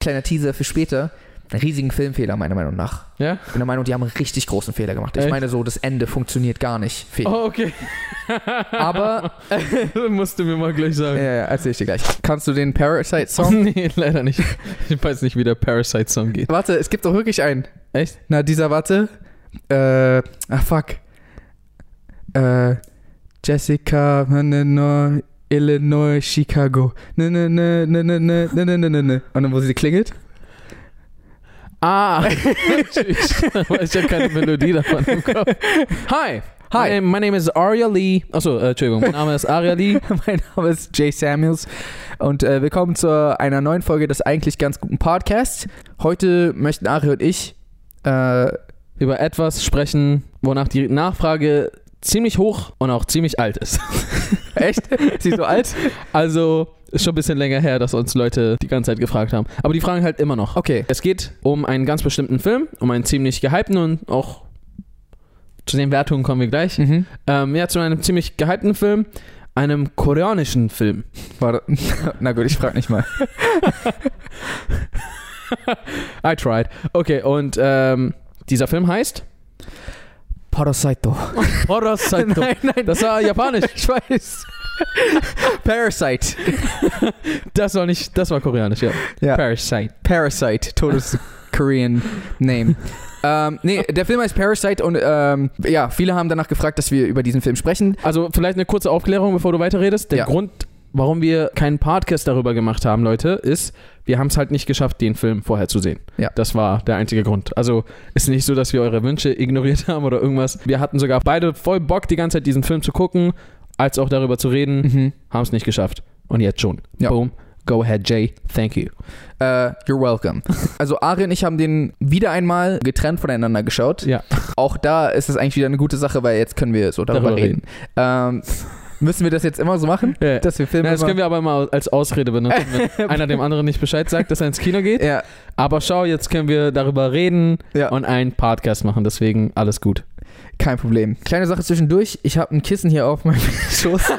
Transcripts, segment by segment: kleiner Teaser für später, einen riesigen Filmfehler, meiner Meinung nach. Ja? Ich bin der Meinung, die haben einen richtig großen Fehler gemacht. Ich Echt? meine so, das Ende funktioniert gar nicht. Fehl. Oh, okay. Aber, Musst du mir mal gleich sagen. Oh, ja, ja, erzähl ich dir gleich. Kannst du den Parasite-Song? nee, leider nicht. Ich weiß nicht, wie der Parasite-Song geht. Warte, es gibt doch wirklich einen. Echt? Na, dieser, warte. Äh, ach, fuck. Äh, Jessica, Illinois, Illinois, Chicago. Ne, ne, ne, ne, ne, ne, ne, ne, ne, ne, ne. Und dann, wo sie klingelt? Ah, tschüss. Aber ich habe keine Melodie davon im Kopf. Hi. Hi. My, my name is Aria Lee. Achso, äh, Entschuldigung, mein Name ist Aria Lee. mein Name ist Jay Samuels und äh, willkommen zu einer neuen Folge des eigentlich ganz guten Podcasts. Heute möchten Ari und ich äh, Über etwas sprechen, wonach die Nachfrage ziemlich hoch und auch ziemlich alt ist. Echt? Ist sie so alt? Also ist schon ein bisschen länger her, dass uns Leute die ganze Zeit gefragt haben. Aber die fragen halt immer noch. Okay. Es geht um einen ganz bestimmten Film, um einen ziemlich gehypten und auch zu den Wertungen kommen wir gleich. Mhm. Ähm, ja, zu einem ziemlich gehypten Film, einem koreanischen Film. Warte. Na gut, ich frag nicht mal. I tried. Okay, und ähm, dieser Film heißt Parasito. Parasite. nein. Das war japanisch. ich weiß. Parasite. Das war nicht, das war koreanisch, ja. Ja. Parasite. Parasite, totes Korean Name. ähm, nee, der Film heißt Parasite und ähm, ja, viele haben danach gefragt, dass wir über diesen Film sprechen. Also vielleicht eine kurze Aufklärung, bevor du weiterredest. Der Ja. Grund, warum wir keinen Podcast darüber gemacht haben, Leute, ist, wir haben es halt nicht geschafft, den Film vorher zu sehen. Ja. Das war der einzige Grund. Also ist nicht so, dass wir eure Wünsche ignoriert haben oder irgendwas. Wir hatten sogar beide voll Bock, die ganze Zeit diesen Film zu gucken, als auch darüber zu reden, Mhm. haben es nicht geschafft. Und jetzt schon. Ja. Boom. Go ahead, Jay. Thank you. Äh, you're welcome. Also Ari und ich haben den wieder einmal getrennt voneinander geschaut. Ja. Auch da ist es eigentlich wieder eine gute Sache, weil jetzt können wir so darüber, Darüber reden. Ähm, müssen wir das jetzt immer so machen? Ja. Dass wir Filme Na, das können immer- wir aber mal als Ausrede benutzen, wenn einer dem anderen nicht Bescheid sagt, dass er ins Kino geht. ja, Aber schau, jetzt können wir darüber reden ja, und einen Podcast machen. Deswegen alles gut. kein Problem. Kleine Sache zwischendurch, ich habe ein Kissen hier auf meinem Schoß.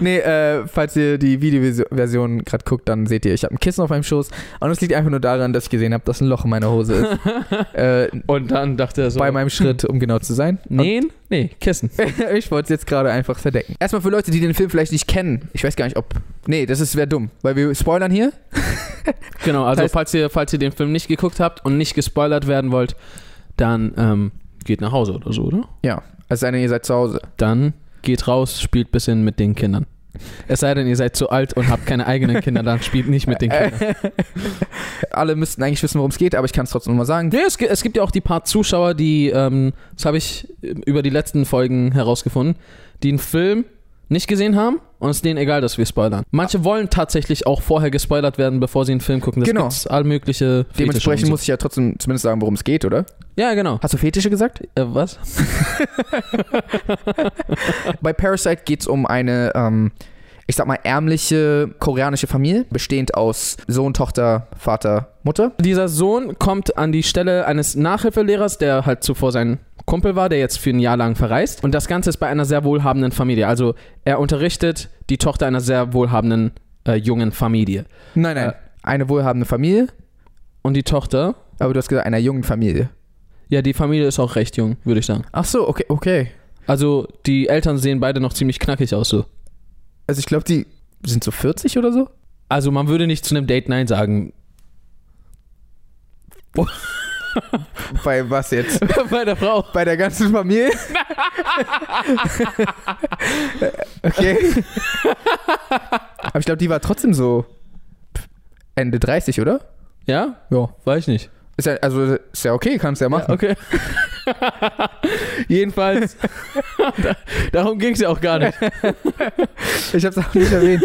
nee, äh, falls ihr die Videoversion gerade guckt, dann seht ihr, ich habe ein Kissen auf meinem Schoß und es liegt einfach nur daran, dass ich gesehen habe, dass ein Loch in meiner Hose ist. äh, Und dann dachte er so. bei meinem Schritt, um genau zu sein. Nähen? Nee, Kissen. ich wollte es jetzt gerade einfach verdecken. Erstmal für Leute, die den Film vielleicht nicht kennen. Ich weiß gar nicht, ob. Nee, das ist wäre dumm, weil wir spoilern hier. Genau, also Heißt- falls, ihr, falls ihr den Film nicht geguckt habt und nicht gespoilert werden wollt, dann ähm, geht nach Hause oder so, oder? Also, Es sei denn, ihr seid zu Hause. Dann geht raus, spielt bisschen mit den Kindern. Es sei denn, ihr seid zu alt und habt keine eigenen Kinder, dann spielt nicht mit den Kindern. Alle müssten eigentlich wissen, worum es geht, aber ich kann es trotzdem nochmal sagen. Ja, es, gi- es gibt ja auch die paar Zuschauer, die, ähm, das habe ich äh, über die letzten Folgen herausgefunden, die einen Film nicht gesehen haben und es denen egal, dass wir spoilern. Manche wollen tatsächlich auch vorher gespoilert werden, bevor sie einen Film gucken. Das Genau. gibt's all mögliche Fetische Dementsprechend und muss ich ja trotzdem zumindest sagen, worum es geht, oder? Ja, genau. Hast du Fetische gesagt? Äh, was? Bei Parasite geht es um eine, ähm, ich sag mal, ärmliche koreanische Familie, bestehend aus Sohn, Tochter, Vater, Mutter. Dieser Sohn kommt an die Stelle eines Nachhilfelehrers, der halt zuvor sein Kumpel war, der jetzt für ein Jahr lang verreist. Und das Ganze ist bei einer sehr wohlhabenden Familie. Also er unterrichtet die Tochter einer sehr wohlhabenden äh, jungen Familie. Nein, nein. Äh, Eine wohlhabende Familie, Und die Tochter, aber du hast gesagt, einer jungen Familie. ja, die Familie ist auch recht jung, würde ich sagen. Ach so, okay, okay. Also die Eltern sehen beide noch ziemlich knackig aus so. Also ich glaube, die sind so 40 oder so. Also man würde nicht zu einem Date Nein sagen Bei was jetzt? bei der Frau. Bei der ganzen Familie? okay. Aber ich glaube, die war trotzdem so Ende 30, oder? Ja? Ja. Weiß ich nicht. Ist ja, also ist ja okay, kannst ja machen. Okay. Jedenfalls. Darum ging es ja auch gar nicht. Ich hab's auch nicht erwähnt.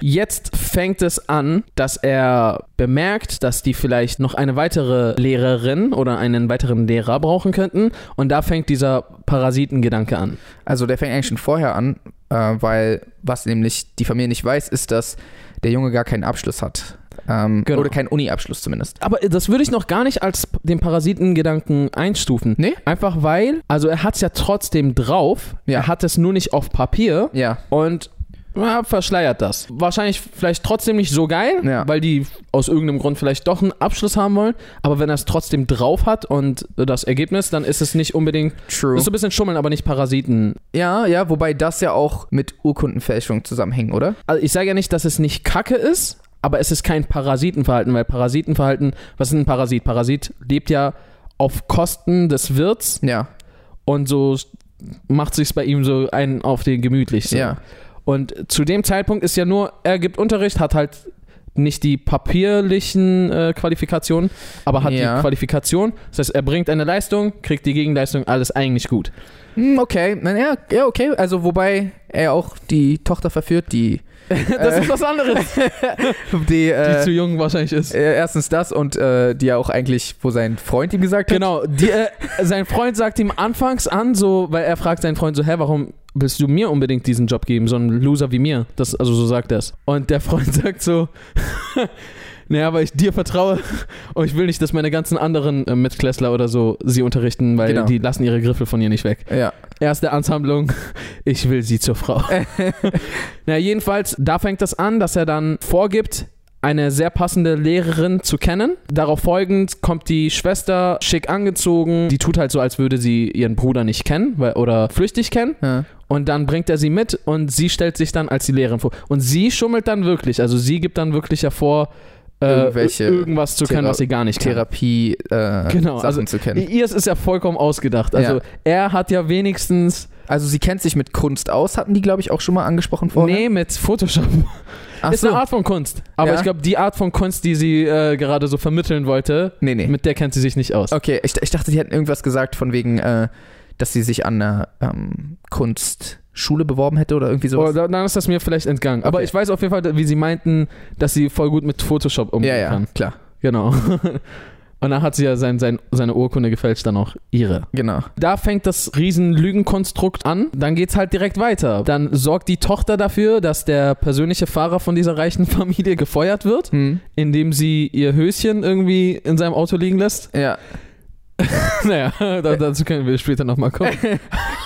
Jetzt fängt es an, dass er bemerkt, dass die vielleicht noch eine weitere Lehrerin oder einen weiteren Lehrer brauchen könnten. Und da fängt dieser Parasitengedanke an. Also der fängt eigentlich schon vorher an, äh, weil was nämlich die Familie nicht weiß, ist, dass der Junge gar keinen Abschluss hat. Ähm, Genau. Oder keinen Uni-Abschluss zumindest. Aber das würde ich noch gar nicht als den Parasitengedanken einstufen. Nee? Einfach weil, also er hat es ja trotzdem drauf. Ja. Er hat es nur nicht auf Papier. Ja. Und ja, verschleiert das. Wahrscheinlich vielleicht trotzdem nicht so geil, Ja. weil die aus irgendeinem Grund vielleicht doch einen Abschluss haben wollen. Aber wenn er es trotzdem drauf hat und das Ergebnis, dann ist es nicht unbedingt. True. Ist so ein bisschen Schummeln, aber nicht Parasiten. Ja, ja, wobei das ja auch mit Urkundenfälschung zusammenhängt, oder? Also ich sage ja nicht, dass es nicht Kacke ist, aber es ist kein Parasitenverhalten, weil Parasitenverhalten, was ist ein Parasit? Parasit lebt ja auf Kosten des Wirts Ja, und so macht sich's bei ihm so einen auf den gemütlichsten. ja. Und zu dem Zeitpunkt ist ja nur, er gibt Unterricht, hat halt nicht die papierlichen äh, Qualifikationen, aber hat Ja. die Qualifikation. Das heißt, er bringt eine Leistung, kriegt die Gegenleistung, alles eigentlich gut. Hm, okay, Na ja, ja, okay. Also wobei er auch die Tochter verführt, die, äh, Das ist was anderes, die, die äh, zu jung wahrscheinlich ist. äh, erstens das und äh, die ja auch eigentlich, wo sein Freund ihm gesagt hat. Genau, die, äh, sein Freund sagt ihm anfangs an, so, weil er fragt seinen Freund so, hä, warum willst du mir unbedingt diesen Job geben, so einen Loser wie mir? Das, also so sagt er es. Und der Freund sagt so, naja, weil ich dir vertraue und ich will nicht, dass meine ganzen anderen äh, Mitklässler oder so sie unterrichten, weil Genau. die lassen ihre Griffel von ihr nicht weg. Ja. Erste Amtshandlung, ich will sie zur Frau. Na, jedenfalls, da fängt das an, dass er dann vorgibt, eine sehr passende Lehrerin zu kennen. Darauf folgend kommt die Schwester schick angezogen. Die tut halt so, als würde sie ihren Bruder nicht kennen weil, oder flüchtig kennen. ja. Und dann bringt er sie mit und sie stellt sich dann als die Lehrerin vor. Und sie schummelt dann wirklich. Also sie gibt dann wirklich hervor, äh, Irgendwelche irgendwas zu können, Thera- was sie gar nicht kann. Therapie äh, Genau, Sachen also zu kennen. Ihr ist ja vollkommen ausgedacht. Also Ja. er hat ja wenigstens Also sie kennt sich mit Kunst aus, hatten die, glaube ich, auch schon mal angesprochen vorher. Nee, mit Photoshop. Ach ist so. eine Art von Kunst. Aber Ja. ich glaube, die Art von Kunst, die sie äh, gerade so vermitteln wollte, Nee, nee. mit der kennt sie sich nicht aus. Okay, ich, ich dachte, die hätten irgendwas gesagt von wegen, äh, dass sie sich an einer ähm, Kunstschule beworben hätte oder irgendwie sowas. Oder dann ist das mir vielleicht entgangen. Aber Okay. ich weiß auf jeden Fall, wie sie meinten, dass sie voll gut mit Photoshop umgehen ja, ja, kann. klar. Genau. Und dann hat sie ja sein, sein, seine Urkunde gefälscht, dann auch ihre. Genau. Da fängt das Riesenlügenkonstrukt an. Dann geht's halt direkt weiter. Dann sorgt die Tochter dafür, dass der persönliche Fahrer von dieser reichen Familie gefeuert wird, Hm. indem sie ihr Höschen irgendwie in seinem Auto liegen lässt. Ja. Naja, da, dazu können wir später nochmal kommen.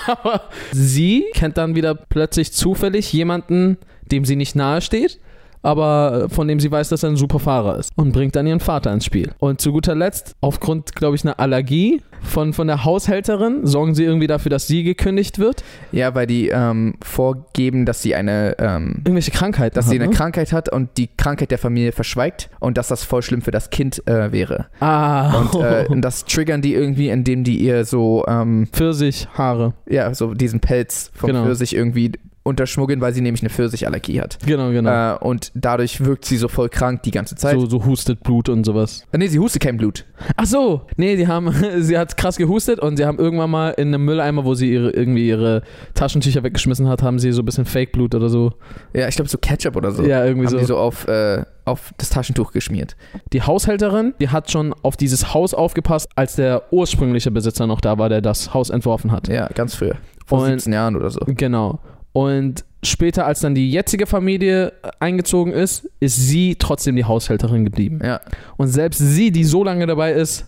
Aber sie kennt dann wieder plötzlich zufällig jemanden, dem sie nicht nahe steht, aber von dem sie weiß, dass er ein super Fahrer ist und bringt dann ihren Vater ins Spiel. Und zu guter Letzt, aufgrund, glaube ich, einer Allergie von, von der Haushälterin, sorgen sie irgendwie dafür, dass sie gekündigt wird. Ja, weil die ähm, vorgeben, dass sie eine, ähm, Irgendwelche Krankheiten. dass hat, sie eine ne? Krankheit hat und die Krankheit der Familie verschweigt und dass das voll schlimm für das Kind äh, wäre. Ah, Und, äh, und das triggern die irgendwie, indem die ihr so, ähm, Pfirsichhaare. ja, so diesen Pelz vom Genau. Pfirsich irgendwie unterschmuggeln, weil sie nämlich eine Pfirsichallergie hat. Genau, genau. Äh, und dadurch wirkt sie so voll krank die ganze Zeit. so, so hustet Blut und sowas. Äh, Nee, sie hustet kein Blut. Ach so, nee, die haben, sie hat krass gehustet und sie haben irgendwann mal in einem Mülleimer, wo sie ihre, irgendwie ihre Taschentücher weggeschmissen hat, haben sie so ein bisschen Fake-Blut oder so. Ja, ich glaube so Ketchup oder so. ja, irgendwie haben so. die so auf, äh, auf das Taschentuch geschmiert. Die Haushälterin, die hat schon auf dieses Haus aufgepasst, als der ursprüngliche Besitzer noch da war, der das Haus entworfen hat. Ja, ganz früher. Vor Und- 17 Jahren oder so. Genau. Und später, als dann die jetzige Familie äh, eingezogen ist, ist sie trotzdem die Haushälterin geblieben. Ja. Und selbst sie, die so lange dabei ist,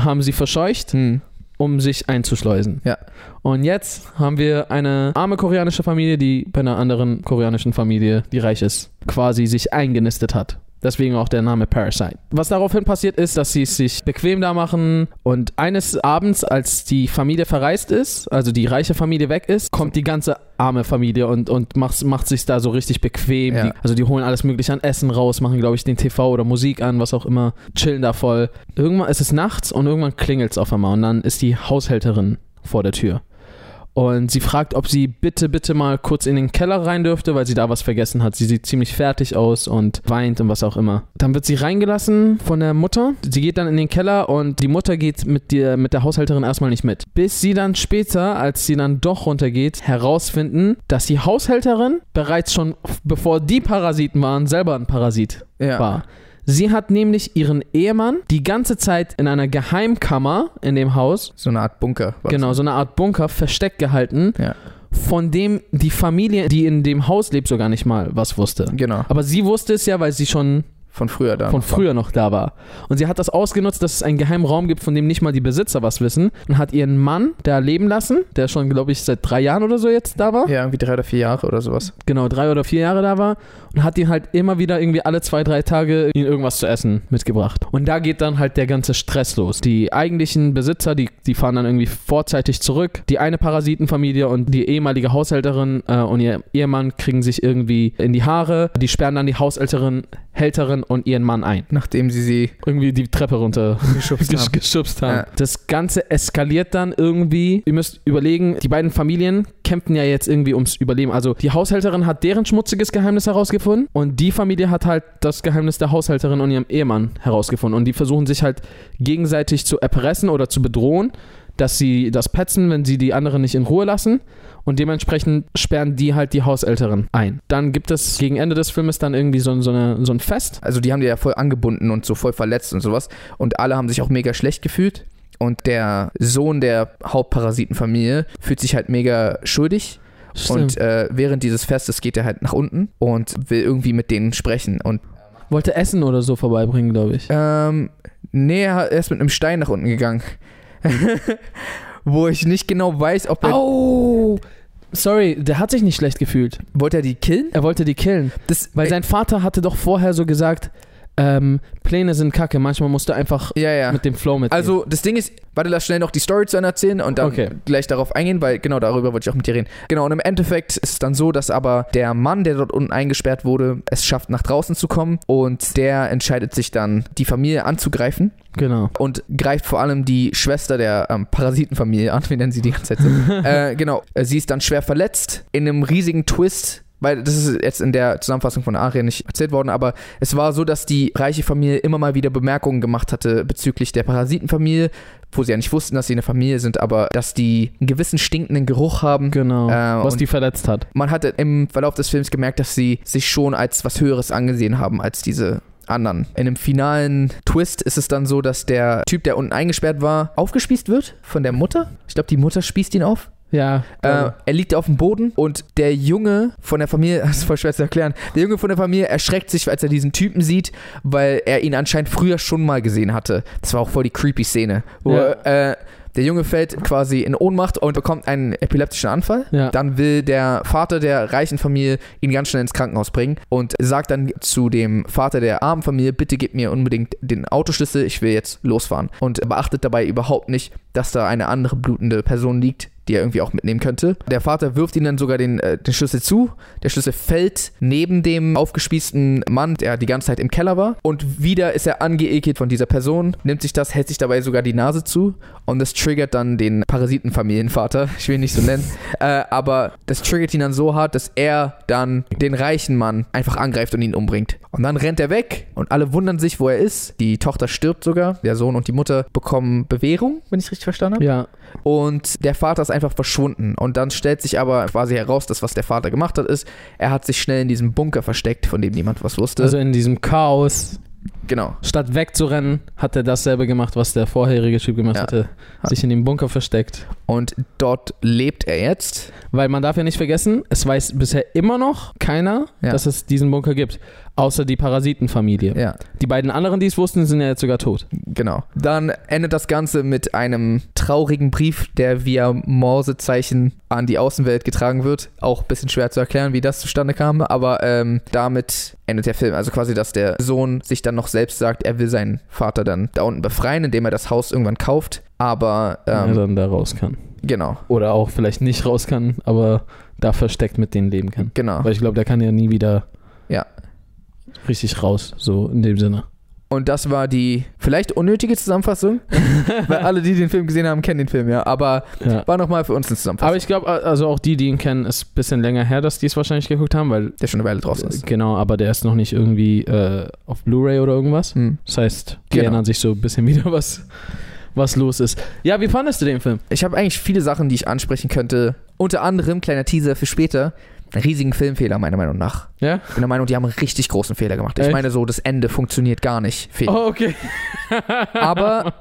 haben sie verscheucht. um sich einzuschleusen. Hm. Ja. Und jetzt haben wir eine arme koreanische Familie, die bei einer anderen koreanischen Familie, die reich ist, quasi sich eingenistet hat. Deswegen auch der Name Parasite. Was daraufhin passiert ist, dass sie es sich bequem da machen und eines Abends, als die Familie verreist ist, also die reiche Familie weg ist, kommt die ganze arme Familie und, und macht, macht sich da so richtig bequem. Ja. Die, also die holen alles mögliche an Essen raus, machen, glaube ich, den TV oder Musik an, was auch immer, chillen da voll. Irgendwann ist es nachts und irgendwann klingelt es auf einmal und dann ist die Haushälterin vor der Tür. Und sie fragt, ob sie bitte, bitte mal kurz in den Keller rein dürfte, weil sie da was vergessen hat. Sie sieht ziemlich fertig aus und weint und was auch immer. Dann wird sie reingelassen von der Mutter. Sie geht dann in den Keller und die Mutter geht mit der, mit der Haushälterin erstmal nicht mit. Bis sie dann später, als sie dann doch runtergeht, herausfinden, dass die Haushälterin bereits schon, f- bevor die Parasiten waren, selber ein Parasit Ja. war. Sie hat nämlich ihren Ehemann die ganze Zeit in einer Geheimkammer in dem Haus So eine Art Bunker. war Genau, so eine Art Bunker versteckt gehalten, Ja. von dem die Familie, die in dem Haus lebt, so gar nicht mal was wusste. das. Genau. Aber sie wusste es ja, weil sie schon Von früher dann. von früher noch da war. Und sie hat das ausgenutzt, dass es einen geheimen Raum gibt, von dem nicht mal die Besitzer was wissen. Und hat ihren Mann da leben lassen, der schon, glaube ich, seit drei Jahren oder so jetzt da war. Ja, irgendwie drei oder vier Jahre oder sowas. Genau, drei oder vier Jahre da war. Und hat ihn halt immer wieder irgendwie alle zwei, drei Tage ihn irgendwas zu essen mitgebracht. Und da geht dann halt der ganze Stress los. Die eigentlichen Besitzer, die, die fahren dann irgendwie vorzeitig zurück. Die eine Parasitenfamilie und die ehemalige Haushälterin äh, und ihr Ehemann kriegen sich irgendwie in die Haare. Die sperren dann die Haushälterin Hälterin und ihren Mann ein Nachdem sie sie irgendwie die Treppe runter geschubst gesch- haben. geschubst haben. Ja. Das Ganze eskaliert dann irgendwie. Ihr müsst überlegen, die beiden Familien kämpften ja jetzt irgendwie ums Überleben. Also die Haushälterin hat deren schmutziges Geheimnis herausgefunden und die Familie hat halt das Geheimnis der Haushälterin und ihrem Ehemann herausgefunden. Und die versuchen sich halt gegenseitig zu erpressen oder zu bedrohen, dass sie das petzen, wenn sie die anderen nicht in Ruhe lassen. Und dementsprechend sperren die halt die Haushälterin ein. Dann gibt es gegen Ende des Filmes dann irgendwie so, ein- so, eine, so ein Fest. Also die haben die ja voll angebunden und so voll verletzt und sowas. Und alle haben sich auch mega schlecht gefühlt. Und der Sohn der Hauptparasitenfamilie fühlt sich halt mega schuldig. Und äh, während dieses Festes geht er halt nach unten und will irgendwie mit denen sprechen. Und Wollte Essen oder so vorbeibringen, glaube ich. ähm, nee, er ist mit einem Stein nach unten gegangen. Wo ich nicht genau weiß, ob er. Au! Sorry, der hat sich nicht schlecht gefühlt. Wollte er die killen? Er wollte die killen. Das, äh, Weil sein Vater hatte doch vorher so gesagt, ähm, Pläne sind kacke, manchmal musst du einfach ja, ja. mit dem Flow mitgehen. Also das Ding ist, warte, lass schnell noch die Story zu Ende erzählen und dann Okay. gleich darauf eingehen, weil genau darüber wollte ich auch mit dir reden. Genau, und im Endeffekt ist es dann so, dass aber der Mann, der dort unten eingesperrt wurde, es schafft, nach draußen zu kommen und der entscheidet sich dann, die Familie anzugreifen genau. und greift vor allem die Schwester der ähm, Parasitenfamilie an, wir nennen sie die ganze Zeit so. äh, genau, Äh, sie ist dann schwer verletzt in einem riesigen Twist. Weil das ist jetzt in der Zusammenfassung von Arien nicht erzählt worden, aber es war so, dass die reiche Familie immer mal wieder Bemerkungen gemacht hatte bezüglich der Parasitenfamilie, wo sie ja nicht wussten, dass sie eine Familie sind, aber dass die einen gewissen stinkenden Geruch haben. Genau. Äh, was und- die verletzt hat. Man hatte im Verlauf des Films gemerkt, dass sie sich schon als was Höheres angesehen haben als diese anderen. In einem finalen Twist ist es dann so, dass der Typ, der unten eingesperrt war, aufgespießt wird von der Mutter. Ich glaube, die Mutter spießt ihn auf. Ja. Ähm, Äh, er liegt auf dem Boden und der Junge von der Familie, das ist voll schwer zu erklären, der Junge von der Familie erschreckt sich, als er diesen Typen sieht, weil er ihn anscheinend früher schon mal gesehen hatte. Das war auch voll die creepy Szene. Wo, äh, der Junge fällt quasi in Ohnmacht und bekommt einen epileptischen Anfall. ja. Dann will der Vater der reichen Familie ihn ganz schnell ins Krankenhaus bringen und sagt dann zu dem Vater der armen Familie, bitte gib mir unbedingt den Autoschlüssel, ich will jetzt losfahren. Und beachtet dabei überhaupt nicht, dass da eine andere blutende Person liegt, die er irgendwie auch mitnehmen könnte. Der Vater wirft ihm dann sogar den, äh, den Schlüssel zu. Der Schlüssel fällt neben dem aufgespießten Mann, der die ganze Zeit im Keller war. Und wieder ist er angeekelt von dieser Person, nimmt sich das, hält sich dabei sogar die Nase zu. Und das triggert dann den Parasitenfamilienvater, ich will ihn nicht so nennen. Äh, aber das triggert ihn dann so hart, dass er dann den reichen Mann einfach angreift und ihn umbringt. Und dann rennt er weg und alle wundern sich, wo er ist. Die Tochter stirbt sogar. Der Sohn und die Mutter bekommen Bewährung, wenn ich es richtig verstanden habe. ja. Und der Vater ist einfach verschwunden. Und dann stellt sich aber quasi heraus, dass was der Vater gemacht hat, ist, er hat sich schnell in diesem Bunker versteckt, von dem niemand was wusste. Also in diesem Chaos, genau. statt wegzurennen, hat er dasselbe gemacht, was der vorherige Typ gemacht Ja. hatte. Sich in dem Bunker versteckt. Und dort lebt er jetzt. Weil man darf ja nicht vergessen, es weiß bisher immer noch keiner, Ja. dass es diesen Bunker gibt. Außer die Parasitenfamilie. Ja, Die beiden anderen, die es wussten, sind ja jetzt sogar tot. genau. Dann endet das Ganze mit einem traurigen Brief, der via Morsezeichen an die Außenwelt getragen wird. Auch ein bisschen schwer zu erklären, wie das zustande kam, aber ähm, damit endet der Film. Also quasi, dass der Sohn sich dann noch selbst sagt, er will seinen Vater dann da unten befreien, indem er das Haus irgendwann kauft. Aber Wenn er ähm, dann da raus kann. genau, Oder auch vielleicht nicht raus kann, aber da versteckt mit denen leben kann. genau. Weil ich glaube, der kann ja nie wieder Ja. richtig raus, so in dem Sinne. Und das war die vielleicht unnötige Zusammenfassung, weil alle, die den Film gesehen haben, kennen den Film ja. Aber Ja. war nochmal für uns eine Aber Zusammenfassung, ich glaube, also auch die, die ihn kennen, ist ein bisschen länger her, dass die es wahrscheinlich geguckt haben, weil. der schon eine Weile draußen ist. Genau, aber der ist noch nicht irgendwie äh, auf Blu-ray oder irgendwas. Hm. Das heißt, die Genau. erinnern sich so ein bisschen wieder, was, was los ist. Ja, wie fandest du den Film? Ich habe eigentlich viele Sachen, die ich ansprechen könnte. Unter anderem, kleiner Teaser für später, einen riesigen Filmfehler meiner Meinung nach. Ja? Ich bin der Meinung, die haben einen richtig großen Fehler gemacht. Ich Echt? meine so, das Ende funktioniert gar nicht. Fehler. Oh, okay. Aber,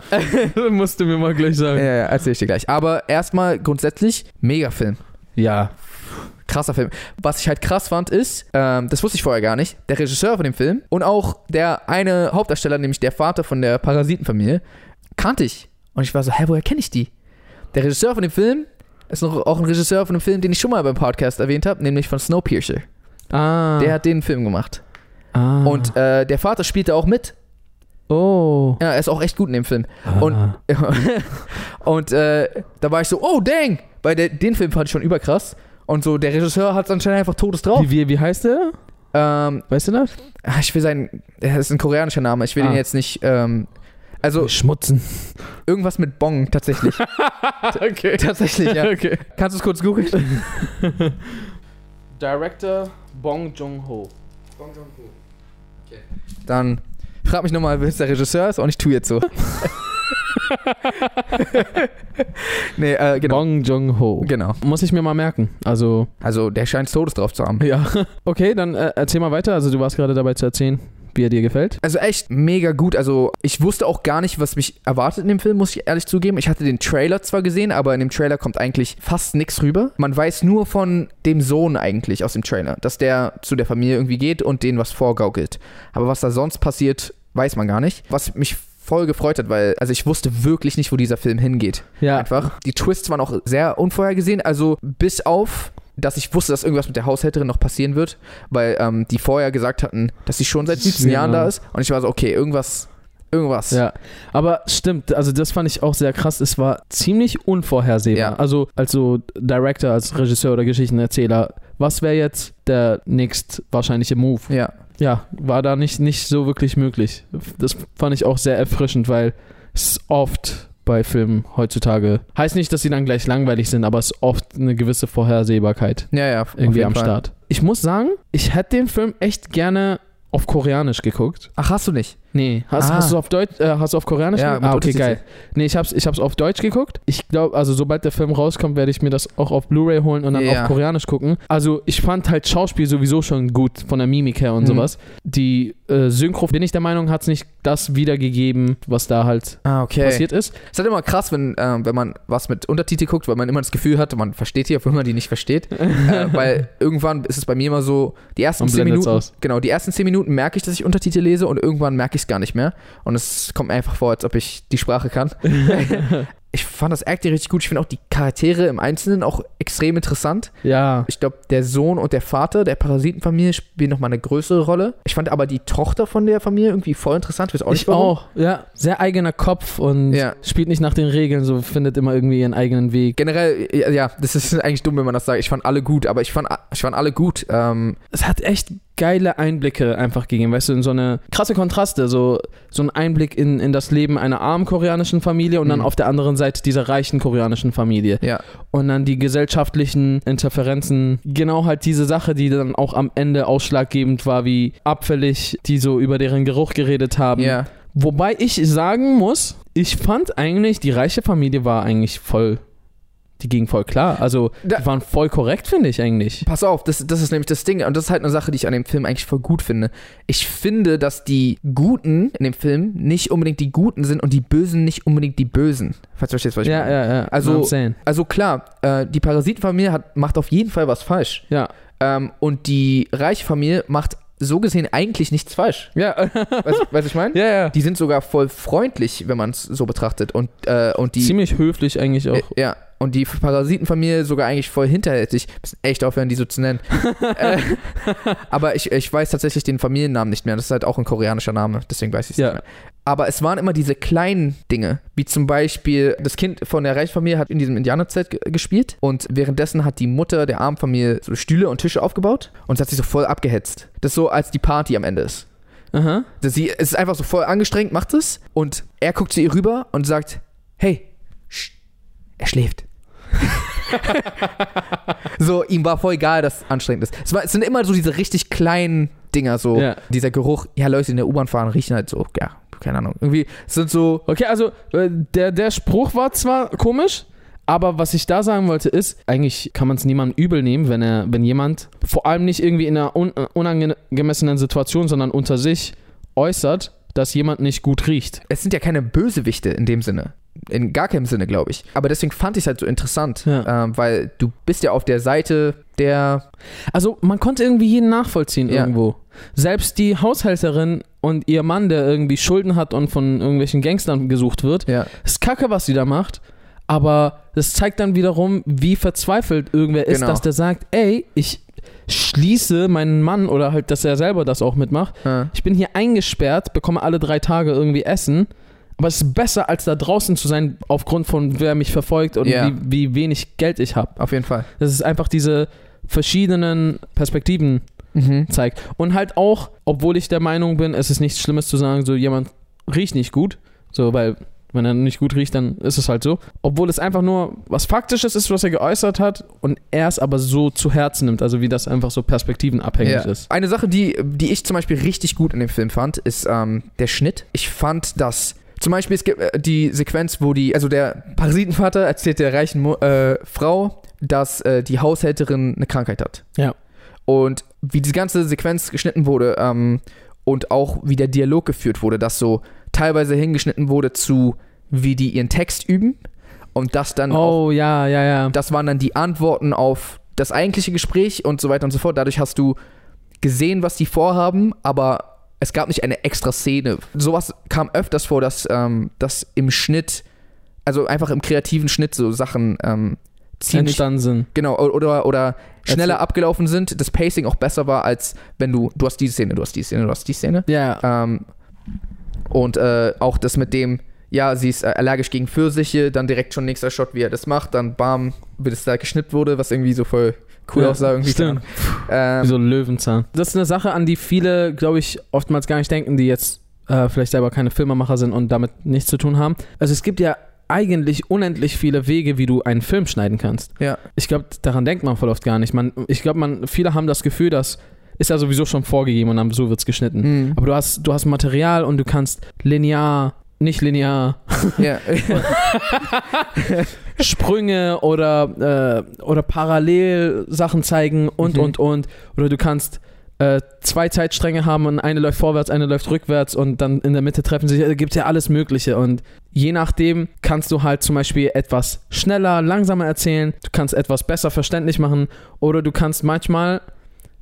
Musst du mir mal gleich ja, sagen. Äh, ja, erzähl ich dir gleich. Aber erstmal grundsätzlich, Megafilm. Ja. krasser Film. Was ich halt krass fand, ist, ähm, das wusste ich vorher gar nicht, der Regisseur von dem Film und auch der eine Hauptdarsteller, nämlich der Vater von der Parasitenfamilie, kannte ich. Und ich war so, hä, woher kenne ich die? Der Regisseur von dem Film ist noch, auch ein Regisseur von einem Film, den ich schon mal beim Podcast erwähnt habe, nämlich von Snowpiercer. Ah. Der hat den Film gemacht. ah. Und äh, der Vater spielte auch mit. Oh. Ja, er ist auch echt gut in dem Film. Ah. und äh, da war ich so, oh dang! Weil der, den Film fand ich schon überkrass. Und so, der Regisseur hat es anscheinend einfach todes drauf. Wie, wie, wie heißt der? Ähm, Weißt du das? ah, ich will sein, das ist ein koreanischer Name, ich will Ah. den jetzt nicht, ähm, also Schmutzen. irgendwas mit Bong, tatsächlich. okay. tatsächlich, ja. okay. Kannst du es kurz googeln? Director Bong Joon-ho. Dann frag mich nochmal, wer der Regisseur ist und ich tue jetzt so. nee, äh, genau. Bong Joon-ho. Genau. Muss ich mir mal merken. Also, Also, der scheint todes drauf zu haben. ja. Okay, dann äh, erzähl mal weiter. Also, du warst gerade dabei zu erzählen, wie er dir gefällt. Also echt mega gut. Also ich wusste auch gar nicht, was mich erwartet in dem Film, muss ich ehrlich zugeben. Ich hatte den Trailer zwar gesehen, aber in dem Trailer kommt eigentlich fast nichts rüber. Man weiß nur von dem Sohn eigentlich aus dem Trailer, dass der zu der Familie irgendwie geht und denen was vorgaukelt. Aber was da sonst passiert, weiß man gar nicht. Was mich voll gefreut hat, weil also ich wusste wirklich nicht, wo dieser Film hingeht. Ja. Einfach. Die Twists waren auch sehr unvorhergesehen. Also bis auf dass ich wusste, dass irgendwas mit der Haushälterin noch passieren wird, weil ähm, die vorher gesagt hatten, dass sie schon seit 17 Ja. Jahren da ist. Und ich war so, okay, irgendwas, irgendwas. Ja, aber stimmt, also das fand ich auch sehr krass. Es war ziemlich unvorhersehbar. Ja. Also als so Director, als Regisseur oder Geschichtenerzähler, was wäre jetzt der nächst wahrscheinliche Move? Ja. Ja, war da nicht, nicht so wirklich möglich. Das fand ich auch sehr erfrischend, weil es oft bei Filmen heutzutage heißt nicht, dass sie dann gleich langweilig sind, aber es ist oft eine gewisse Vorhersehbarkeit Ja, ja. auf irgendwie jeden am Fall. Start. Ich muss sagen, ich hätte den Film echt gerne auf Koreanisch geguckt. Ach, hast du nicht? Nee, hast, Ah. hast du auf Deutsch, äh, hast du auf Koreanisch? Ja, geguckt? mit ah, okay, Untertitel. geil. Nee, ich hab's, ich hab's auf Deutsch geguckt. Ich glaube, also sobald der Film rauskommt, werde ich mir das auch auf Blu-ray holen und dann Ja. auf Koreanisch gucken. Also ich fand halt Schauspiel sowieso schon gut von der Mimik her und Mhm. sowas. Die äh, Synchro, bin ich der Meinung, hat's nicht das wiedergegeben, was da halt Ah, okay. passiert ist. Es ist halt immer krass, wenn, ähm, wenn man was mit Untertitel guckt, weil man immer das Gefühl hat, man versteht die, obwohl man die nicht versteht. äh, weil irgendwann ist es bei mir immer so, die ersten Und 10 blendet's Minuten. aus. Genau, die ersten 10 Minuten merke ich, dass ich Untertitel lese und irgendwann merke ich es gar nicht mehr. Und es kommt mir einfach vor, als ob ich die Sprache kann. ich fand das Acting richtig gut. Ich finde auch die Charaktere im Einzelnen auch extrem interessant. Ja. Ich glaube, der Sohn und der Vater der Parasitenfamilie spielen nochmal eine größere Rolle. Ich fand aber die Tochter von der Familie irgendwie voll interessant. Ich weiß auch nicht Ich warum. auch, ja. Sehr eigener Kopf und Ja. spielt nicht nach den Regeln, so findet immer irgendwie ihren eigenen Weg. Generell, ja, ja, das ist eigentlich dumm, wenn man das sagt. Ich fand alle gut, aber ich fand, ich fand alle gut. Ähm, es hat echt geile Einblicke einfach gegeben, weißt du, in so eine krasse Kontraste, so, so ein Einblick in, in das Leben einer armen koreanischen Familie und dann Mhm. auf der anderen Seite dieser reichen koreanischen Familie. ja, Und dann die gesellschaftlichen Interferenzen, genau halt diese Sache, die dann auch am Ende ausschlaggebend war, wie abfällig die so über deren Geruch geredet haben. ja. Wobei ich sagen muss, ich fand eigentlich, die reiche Familie war eigentlich voll, die ging voll klar. Also, Da- die waren voll korrekt, finde ich eigentlich. Pass auf, das, das ist nämlich das Ding. Und das ist halt eine Sache, die ich an dem Film eigentlich voll gut finde. Ich finde, dass die Guten in dem Film nicht unbedingt die Guten sind und die Bösen nicht unbedingt die Bösen. Falls du verstehst, was ich Ja, meine. ja, ja. Also- I'm saying. Also klar, äh, die Parasitenfamilie hat, macht auf jeden Fall was falsch. Ja. Ähm, und die reiche Familie macht so gesehen eigentlich nichts falsch. Ja, Weißt du, was ich meine? ja, ja. Die sind sogar voll freundlich, wenn man es so betrachtet. Und, äh, und die Ziemlich höflich eigentlich auch. Äh, Ja, und die Parasitenfamilie sogar eigentlich voll hinterhältig. Müssen echt aufhören, die so zu nennen. äh, aber ich, ich weiß tatsächlich den Familiennamen nicht mehr. Das ist halt auch ein koreanischer Name, deswegen weiß ich es Ja. nicht mehr. Aber es waren immer diese kleinen Dinge, wie zum Beispiel das Kind von der Reichsfamilie hat in diesem Indianerzelt ge- gespielt und währenddessen hat die Mutter der armen Familie so Stühle und Tische aufgebaut und es hat sich so voll abgehetzt. Das ist so, als die Party am Ende ist. Aha. Dass Sie es ist einfach so voll angestrengt, macht es und er guckt zu ihr rüber und sagt, hey, sch, er schläft. so, ihm war voll egal, dass es anstrengend ist. Es, war, es sind immer so diese richtig kleinen Dinger, so Ja. dieser Geruch, ja, Leute die in der U-Bahn fahren, riechen halt so, ja, keine Ahnung. Irgendwie es sind so, Okay, also äh, der, der Spruch war zwar komisch, aber was ich da sagen wollte ist, eigentlich kann man es niemandem übel nehmen, wenn er, wenn jemand, äh, vor allem nicht irgendwie in einer un unangemessenen Situation, sondern unter sich äußert, dass jemand nicht gut riecht. Es sind ja keine Bösewichte in dem Sinne. In gar keinem Sinne, glaube ich. Aber deswegen fand ich es halt so interessant, Ja. ähm, weil du bist ja auf der Seite der. Also man konnte irgendwie jeden nachvollziehen Ja. irgendwo. Selbst die Haushälterin und ihr Mann, der irgendwie Schulden hat und von irgendwelchen Gangstern gesucht wird, Ja. ist kacke, was sie da macht. Aber das zeigt dann wiederum, wie verzweifelt irgendwer ist, Genau. dass der sagt, ey, ich schließe meinen Mann oder halt, dass er selber das auch mitmacht. Ja. Ich bin hier eingesperrt, bekomme alle drei Tage irgendwie Essen. Aber es ist besser, als da draußen zu sein, aufgrund von wer mich verfolgt und Ja. wie, wie wenig Geld ich habe. Auf jeden Fall. Das ist einfach diese verschiedenen Perspektiven Mhm. zeigt. Und halt auch, obwohl ich der Meinung bin, es ist nichts Schlimmes zu sagen, so jemand riecht nicht gut, so weil wenn er nicht gut riecht, dann ist es halt so. Obwohl es einfach nur was Faktisches ist, was er geäußert hat und er es aber so zu Herzen nimmt, also wie das einfach so perspektivenabhängig Ja. ist. Eine Sache, die, die ich zum Beispiel richtig gut in dem Film fand, ist ähm, der Schnitt. Ich fand, dass zum Beispiel es gibt, äh, die Sequenz, wo die, also der Parasitenvater erzählt der reichen Mu äh, Frau, dass äh, die Haushälterin eine Krankheit hat. Ja. Und wie diese ganze Sequenz geschnitten wurde ähm, und auch wie der Dialog geführt wurde, dass so teilweise hingeschnitten wurde zu, wie die ihren Text üben und das dann auch Oh ja, ja, ja. das waren dann die Antworten auf das eigentliche Gespräch und so weiter und so fort. Dadurch hast du gesehen, was die vorhaben, aber es gab nicht eine extra Szene. Sowas kam öfters vor, dass, ähm, dass im Schnitt, also einfach im kreativen Schnitt so Sachen ähm, ziemlich Entstanden sind. genau o- oder, oder schneller Erzähl. abgelaufen sind, das Pacing auch besser war, als wenn du, du hast die Szene, du hast die Szene, du hast die Szene. Ja. Ähm, und äh, auch das mit dem, ja, sie ist äh, allergisch gegen Pfirsiche, dann direkt schon nächster Shot, wie er das macht, dann bam, wird es da geschnippt wurde, was irgendwie so voll cool Ja, aussah. Irgendwie stimmt. Ähm, Wie so ein Löwenzahn. Das ist eine Sache, an die viele, glaube ich, oftmals gar nicht denken, die jetzt äh, vielleicht selber keine Filmemacher sind und damit nichts zu tun haben. Also es gibt ja eigentlich unendlich viele Wege, wie du einen Film schneiden kannst. Ja. Ich glaube, daran denkt man voll oft gar nicht. Man, ich glaube, man, viele haben das Gefühl, das ist ja sowieso schon vorgegeben und dann so wird's geschnitten. Mhm. Aber du hast, du hast Material und du kannst linear, nicht linear, ja. Sprünge oder, äh, oder parallel Sachen zeigen und, Mhm. und, und. Oder du kannst äh, zwei Zeitstränge haben und eine läuft vorwärts, eine läuft rückwärts und dann in der Mitte treffen sich. Da gibt es ja alles Mögliche. Und je nachdem kannst du halt zum Beispiel etwas schneller, langsamer erzählen. Du kannst etwas besser verständlich machen. Oder du kannst manchmal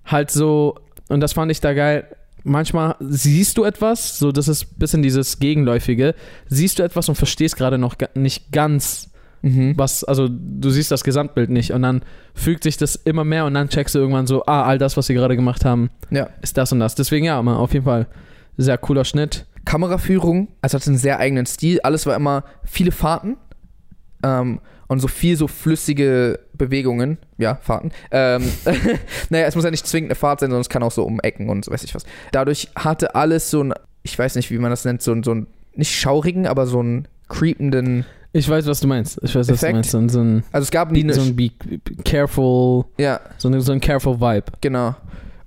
halt so, und das fand ich da geil, manchmal siehst du etwas, so das ist ein bisschen dieses Gegenläufige, siehst du etwas und verstehst gerade noch ga- nicht ganz, mhm. was, also du siehst das Gesamtbild nicht und dann fügt sich das immer mehr und dann checkst du irgendwann so, ah, all das, was sie gerade gemacht haben, Ja. ist das und das. Deswegen ja, man, auf jeden Fall sehr cooler Schnitt. Kameraführung, also hatte einen sehr eigenen Stil. Alles war immer viele Fahrten ähm, und so viel so flüssige Bewegungen. Ja, Fahrten. Ähm, naja, es muss ja nicht zwingend eine Fahrt sein, sondern es kann auch so um Ecken und so weiß ich was. Dadurch hatte alles so ein, ich weiß nicht, wie man das nennt, so ein, so ein nicht schaurigen, aber so einen creependen. Ich weiß, was du meinst. Ich weiß, Effekt. was du meinst. So ein, Also es gab so nie ein, so eine. ein be, be careful, Ja, so ein, so ein careful Vibe. genau.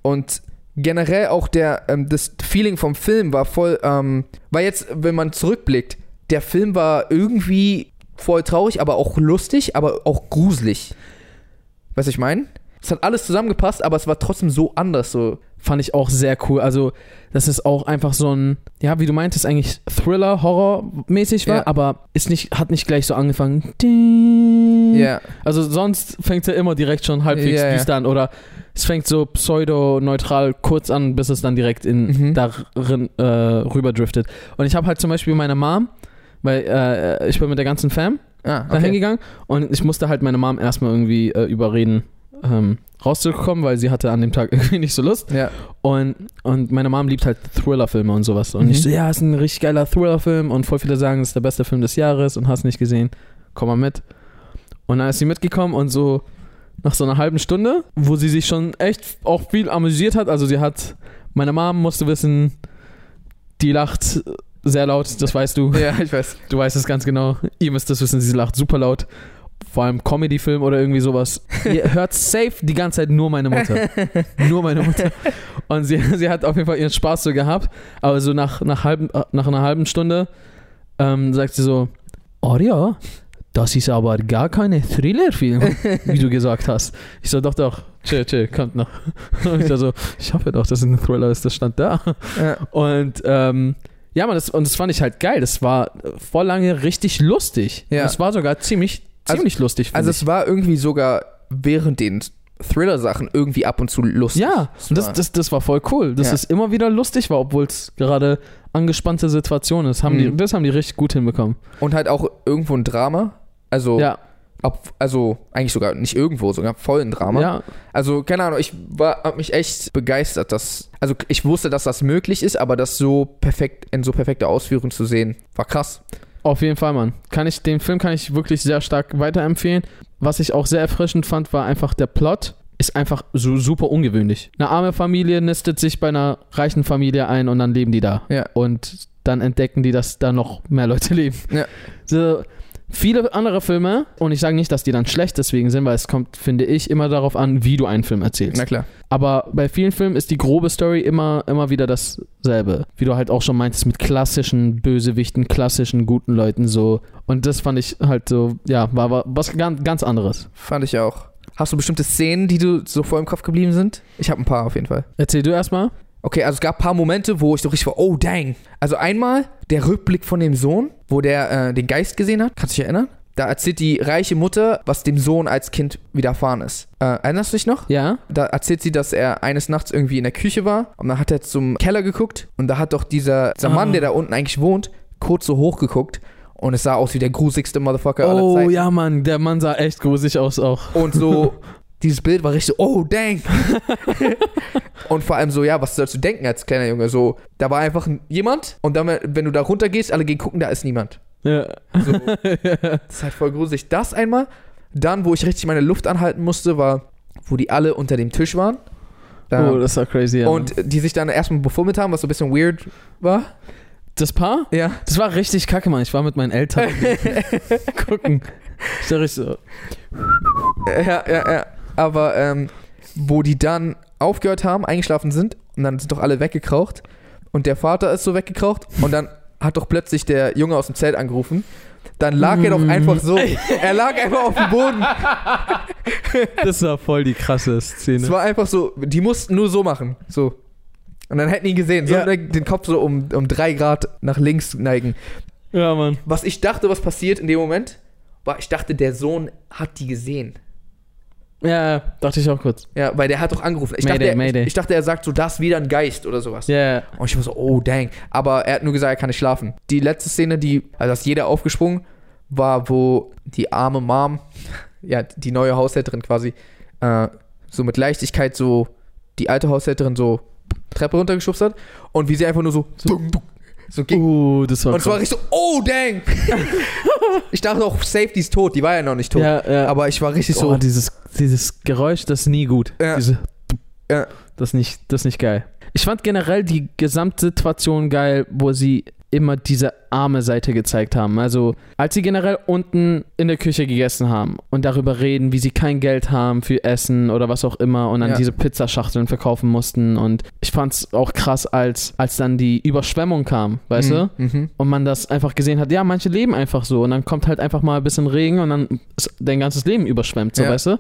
Und generell auch der, ähm, das Feeling vom Film war voll, ähm, weil jetzt, wenn man zurückblickt, der Film war irgendwie voll traurig, aber auch lustig, aber auch gruselig. Weißt du, ich meine? Es hat alles zusammengepasst, aber es war trotzdem so anders, so. Fand ich auch sehr cool. Also, das ist auch einfach so ein, ja, wie du meintest, eigentlich Thriller, Horror-mäßig war, Ja. aber ist nicht, hat nicht gleich so angefangen. Ding. Ja, Also sonst fängt er immer direkt schon halbwegs Ja, ja. düster an oder es fängt so pseudo-neutral kurz an, bis es dann direkt in Mhm. darin äh, rüberdriftet. Und ich habe halt zum Beispiel meine Mom, weil äh, ich bin mit der ganzen Fam ah, da okay. hingegangen und ich musste halt meine Mom erstmal irgendwie äh, überreden, ähm, rauszukommen, weil sie hatte an dem Tag irgendwie nicht so Lust. Ja, Und, und meine Mom liebt halt Thriller-Filme und sowas. Und Mhm. ich so, ja, ist ein richtig geiler Thriller-Film. Und voll viele sagen, das ist der beste Film des Jahres und hast nicht gesehen. Komm mal mit. Und dann ist sie mitgekommen und so nach so einer halben Stunde, wo sie sich schon echt auch viel amüsiert hat. Also sie hat, meine Mom musste wissen, die lacht sehr laut, das weißt du. ja, ich weiß. Du weißt es ganz genau. Ihr müsst das wissen, sie lacht super laut. Vor allem Comedy-Film oder irgendwie sowas. Ihr hört safe die ganze Zeit nur meine Mutter. nur meine Mutter. Und sie, sie hat auf jeden Fall ihren Spaß so gehabt. Aber so nach, nach, halben, nach einer halben Stunde ähm, sagt sie so, oh ja, das ist aber gar keine Thriller-Film, wie du gesagt hast. Ich so, doch, doch, chill, chill, kommt noch. Und ich so, ich hoffe doch, dass es ein Thriller ist, das stand da. Ja. Und ähm, Ja, man, das, und das fand ich halt geil. Das war äh, vor lange richtig lustig. Ja. Das war sogar ziemlich, Also- ziemlich lustig. find Also ich. es war irgendwie sogar während den Thriller-Sachen irgendwie ab und zu lustig. ja, und das, war- das, das war voll cool, dass Ja. es immer wieder lustig war, obwohl es gerade angespannte Situation ist. Haben die, Mhm. das haben die richtig gut hinbekommen. Und halt auch irgendwo ein Drama. Also, Ja, ab, also eigentlich sogar nicht irgendwo, sogar voll ein Drama. ja, Also, keine Ahnung, ich war, hab mich echt begeistert, dass. Also, ich wusste, dass das möglich ist, aber das so perfekt, in so perfekter Ausführung zu sehen, war krass. auf jeden Fall, Mann. Kann ich, den Film kann ich wirklich sehr stark weiterempfehlen. Was ich auch sehr erfrischend fand, war einfach der Plot. Ist einfach so super ungewöhnlich. Eine arme Familie nistet sich bei einer reichen Familie ein und dann leben die da. Ja. Und dann entdecken die, dass da noch mehr Leute leben. Ja. So, viele andere Filme, und ich sage nicht, dass die dann schlecht deswegen sind, weil es kommt, finde ich, immer darauf an, wie du einen Film erzählst. Na klar. Aber bei vielen Filmen ist die grobe Story immer, immer wieder dasselbe. Wie du halt auch schon meintest, mit klassischen Bösewichten, klassischen guten Leuten so. Und das fand ich halt so, ja, war, war was ganz, ganz anderes. Fand ich auch. Hast du bestimmte Szenen, die du so voll im Kopf geblieben sind? Ich habe ein paar auf jeden Fall. Erzähl du erstmal. Okay, also es gab ein paar Momente, wo ich so richtig war, oh dang. Also einmal der Rückblick von dem Sohn, wo der äh, den Geist gesehen hat. Kannst du dich erinnern? Da erzählt die reiche Mutter, was dem Sohn als Kind widerfahren ist. Äh, erinnerst du dich noch? Ja? Da erzählt sie, dass er eines Nachts irgendwie in der Küche war und dann hat er zum Keller geguckt und da hat doch dieser, dieser Mann, Ah. der da unten eigentlich wohnt, kurz so hoch geguckt und es sah aus wie der grusigste Motherfucker aller Oh Zeiten. ja, Mann, der Mann sah echt gruselig aus auch. Und so, dieses Bild war richtig so, oh, dang. und vor allem so, ja, was sollst du denken als kleiner Junge? So, da war einfach ein- jemand und dann, wenn du da runtergehst, alle gehen gucken, da ist niemand. Ja. So, das ist halt voll gruselig. Das einmal. Dann, wo ich richtig meine Luft anhalten musste, war, wo die alle unter dem Tisch waren. Da, Oh, das war crazy. Ja. Und die sich dann erstmal befummelt haben, was so ein bisschen weird war. das Paar? Ja. Das war richtig kacke, Mann. Ich war mit meinen Eltern gucken. Ich dachte richtig so, Ja, ja, ja. Aber ähm, wo die dann aufgehört haben, eingeschlafen sind und dann sind doch alle weggekraucht und der Vater ist so weggekraucht und dann hat doch plötzlich der Junge aus dem Zelt angerufen. Dann lag er Mhm. doch einfach so. Er lag einfach auf dem Boden. das war voll die krasse Es Szene. war einfach so, die mussten nur so machen. So. Und dann hätten die ihn gesehen, so Ja. den Kopf so um, um drei Grad nach links neigen. Ja, Mann. Was ich dachte, was passiert in dem Moment, war, ich dachte, der Sohn hat die gesehen. Ja, dachte ich auch kurz. Ja, weil der hat doch angerufen. Ich, Mayday, dachte, er, Mayday. ich, ich dachte, er sagt so, das ist wieder ein Geist oder sowas. Ja, ja. Und ich war so, oh dang. Aber er hat nur gesagt, er kann nicht schlafen. Die letzte Szene, die, also da ist jeder aufgesprungen, war, wo die arme Mom, ja, die neue Haushälterin quasi, äh, so mit Leichtigkeit so die alte Haushälterin so Treppe runtergeschubst hat und wie sie einfach nur so, so, so ging. Uh, das war und es war krass. richtig so, oh dang. ich dachte auch, Safety ist tot, die war ja noch nicht tot. Ja, ja. Aber ich war richtig oh, so, dieses, dieses Geräusch, das ist nie gut. Ja. Diese, Ja. Das, ist nicht, das ist nicht geil. Ich fand generell die Gesamtsituation geil, wo sie immer diese arme Seite gezeigt haben. Also, als sie generell unten in der Küche gegessen haben und darüber reden, wie sie kein Geld haben für Essen oder was auch immer und dann Ja. diese Pizzaschachteln verkaufen mussten. Und ich fand's auch krass, als, als dann die Überschwemmung kam, weißt du? Mhm. und man das einfach gesehen hat, ja, manche leben einfach so und dann kommt halt einfach mal ein bisschen Regen und dann ist dein ganzes Leben überschwemmt, so Ja. weißt du?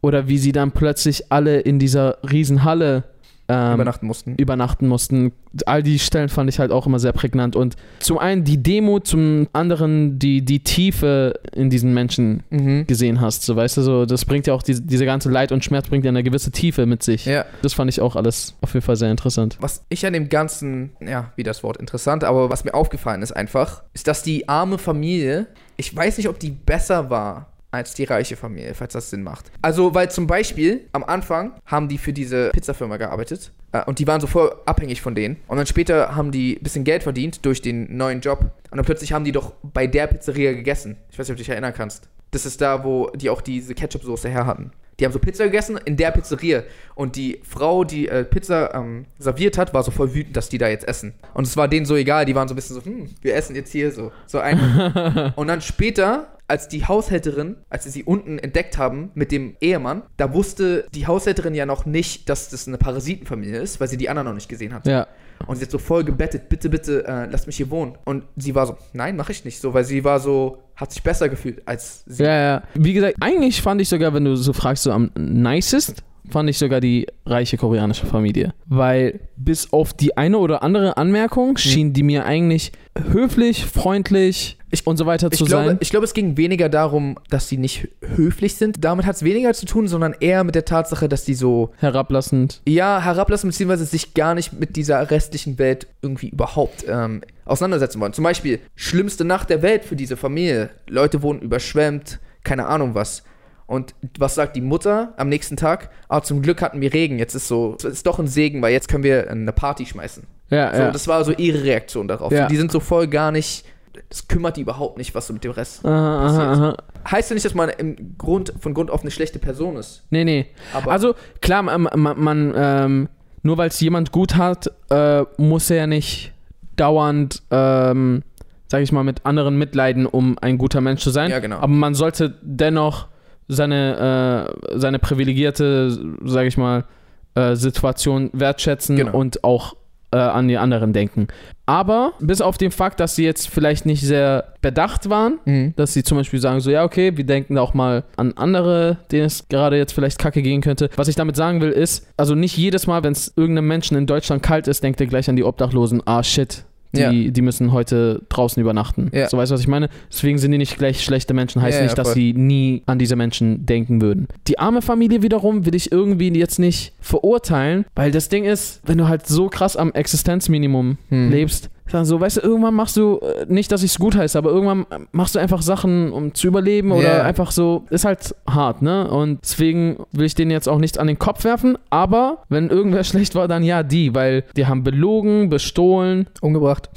Oder wie sie dann plötzlich alle in dieser Riesenhalle ähm, übernachten mussten. übernachten mussten. All die Stellen fand ich halt auch immer sehr prägnant und zum einen die Demo, zum anderen die, die Tiefe in diesen Menschen Mhm. gesehen hast, so weißt du, so das bringt ja auch diese, diese ganze Leid und Schmerz bringt ja eine gewisse Tiefe mit sich. Ja. Das fand ich auch alles auf jeden Fall sehr interessant. Was ich an dem Ganzen, ja, wie das Wort interessant, aber was mir aufgefallen ist einfach, ist, dass die arme Familie, ich weiß nicht, ob die besser war als die reiche Familie, falls das Sinn macht. Also, weil zum Beispiel am Anfang haben die für diese Pizzafirma gearbeitet äh, und die waren so voll abhängig von denen. Und dann später haben die ein bisschen Geld verdient durch den neuen Job. Und dann plötzlich haben die doch bei der Pizzeria gegessen. Ich weiß nicht, ob du dich erinnern kannst. Das ist da, wo die auch diese Ketchup-Soße her hatten. Die haben so Pizza gegessen in der Pizzeria. Und die Frau, die äh, Pizza ähm, serviert hat, war so voll wütend, dass die da jetzt essen. Und es war denen so egal. Die waren so ein bisschen so, hm, wir essen jetzt hier so. So ein. und dann später, als die Haushälterin, als sie sie unten entdeckt haben mit dem Ehemann, da wusste die Haushälterin ja noch nicht, dass das eine Parasitenfamilie ist, weil sie die anderen noch nicht gesehen hat. Ja. Und sie hat so voll gebettet, bitte, bitte, äh, lass mich hier wohnen. Und sie war so, nein, mache ich nicht so, weil sie war so, hat sich besser gefühlt als sie. Ja, ja. Wie gesagt, eigentlich fand ich sogar, wenn du so fragst, so am nicest fand ich sogar die reiche koreanische Familie. Weil bis auf die eine oder andere Anmerkung Hm. schienen die mir eigentlich höflich, freundlich Ich- und so weiter Ich zu glaube, sein. ich glaube, es ging weniger darum, dass sie nicht höflich sind. Damit hat es weniger zu tun, sondern eher mit der Tatsache, dass die so Herablassend. ja, herablassen beziehungsweise sich gar nicht mit dieser restlichen Welt irgendwie überhaupt ähm, auseinandersetzen wollen. Zum Beispiel, schlimmste Nacht der Welt für diese Familie. Leute wurden überschwemmt, keine Ahnung was. Und was sagt die Mutter am nächsten Tag? Ah, zum Glück hatten wir Regen, jetzt ist so, es ist doch ein Segen, weil jetzt können wir eine Party schmeißen. Ja, So, ja. Das war so ihre Reaktion darauf. Ja. Die sind so voll gar nicht, das kümmert die überhaupt nicht, was so mit dem Rest. aha, aha, aha. Heißt ja nicht, dass man im Grund, von Grund auf eine schlechte Person ist. Nee, nee. Aber also klar, man, man, man ähm, nur weil es jemand gut hat, äh, muss er ja nicht dauernd, ähm, sag ich mal, mit anderen mitleiden, um ein guter Mensch zu sein. Ja, genau. Aber man sollte dennoch seine, äh, seine privilegierte, sag ich mal, äh, Situation wertschätzen Genau. und auch äh, an die anderen denken. Aber bis auf den Fakt, dass sie jetzt vielleicht nicht sehr bedacht waren, Mhm. dass sie zum Beispiel sagen so, ja, okay, wir denken da auch mal an andere, denen es gerade jetzt vielleicht kacke gehen könnte. Was ich damit sagen will ist, also nicht jedes Mal, wenn es irgendeinem Menschen in Deutschland kalt ist, denkt er gleich an die Obdachlosen, ah shit, die, Ja. die müssen heute draußen übernachten. Ja. So weißt du, was ich meine? Deswegen sind die nicht gleich schlechte Menschen, heißt Ja, ja, nicht, dass voll. sie nie an diese Menschen denken würden. Die arme Familie wiederum will ich irgendwie jetzt nicht verurteilen, weil das Ding ist, wenn du halt so krass am Existenzminimum Hm. lebst. Dann so, weißt du, irgendwann machst du, äh, nicht, dass ich es gut heiße, aber irgendwann äh, machst du einfach Sachen, um zu überleben oder Ja. einfach so, ist halt hart, ne? Und deswegen will ich denen jetzt auch nichts an den Kopf werfen, aber wenn irgendwer schlecht war, dann ja, die, weil die haben belogen, bestohlen, umgebracht.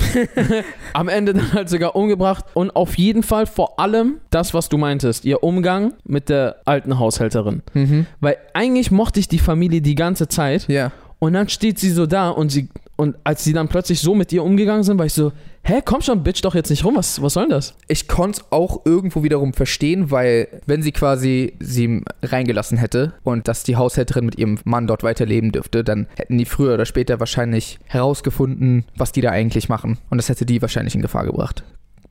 am Ende dann halt sogar umgebracht und auf jeden Fall vor allem das, was du meintest, ihr Umgang mit der alten Haushälterin. Mhm. Weil eigentlich mochte ich die Familie die ganze Zeit. Ja. Und dann steht sie so da und sie und als sie dann plötzlich so mit ihr umgegangen sind, war ich so, hä, komm schon, bitch doch jetzt nicht rum, was, was soll denn das? ich konnte es auch irgendwo wiederum verstehen, weil wenn sie quasi sie reingelassen hätte und dass die Haushälterin mit ihrem Mann dort weiterleben dürfte, dann hätten die früher oder später wahrscheinlich herausgefunden, was die da eigentlich machen. Und das hätte die wahrscheinlich in Gefahr gebracht.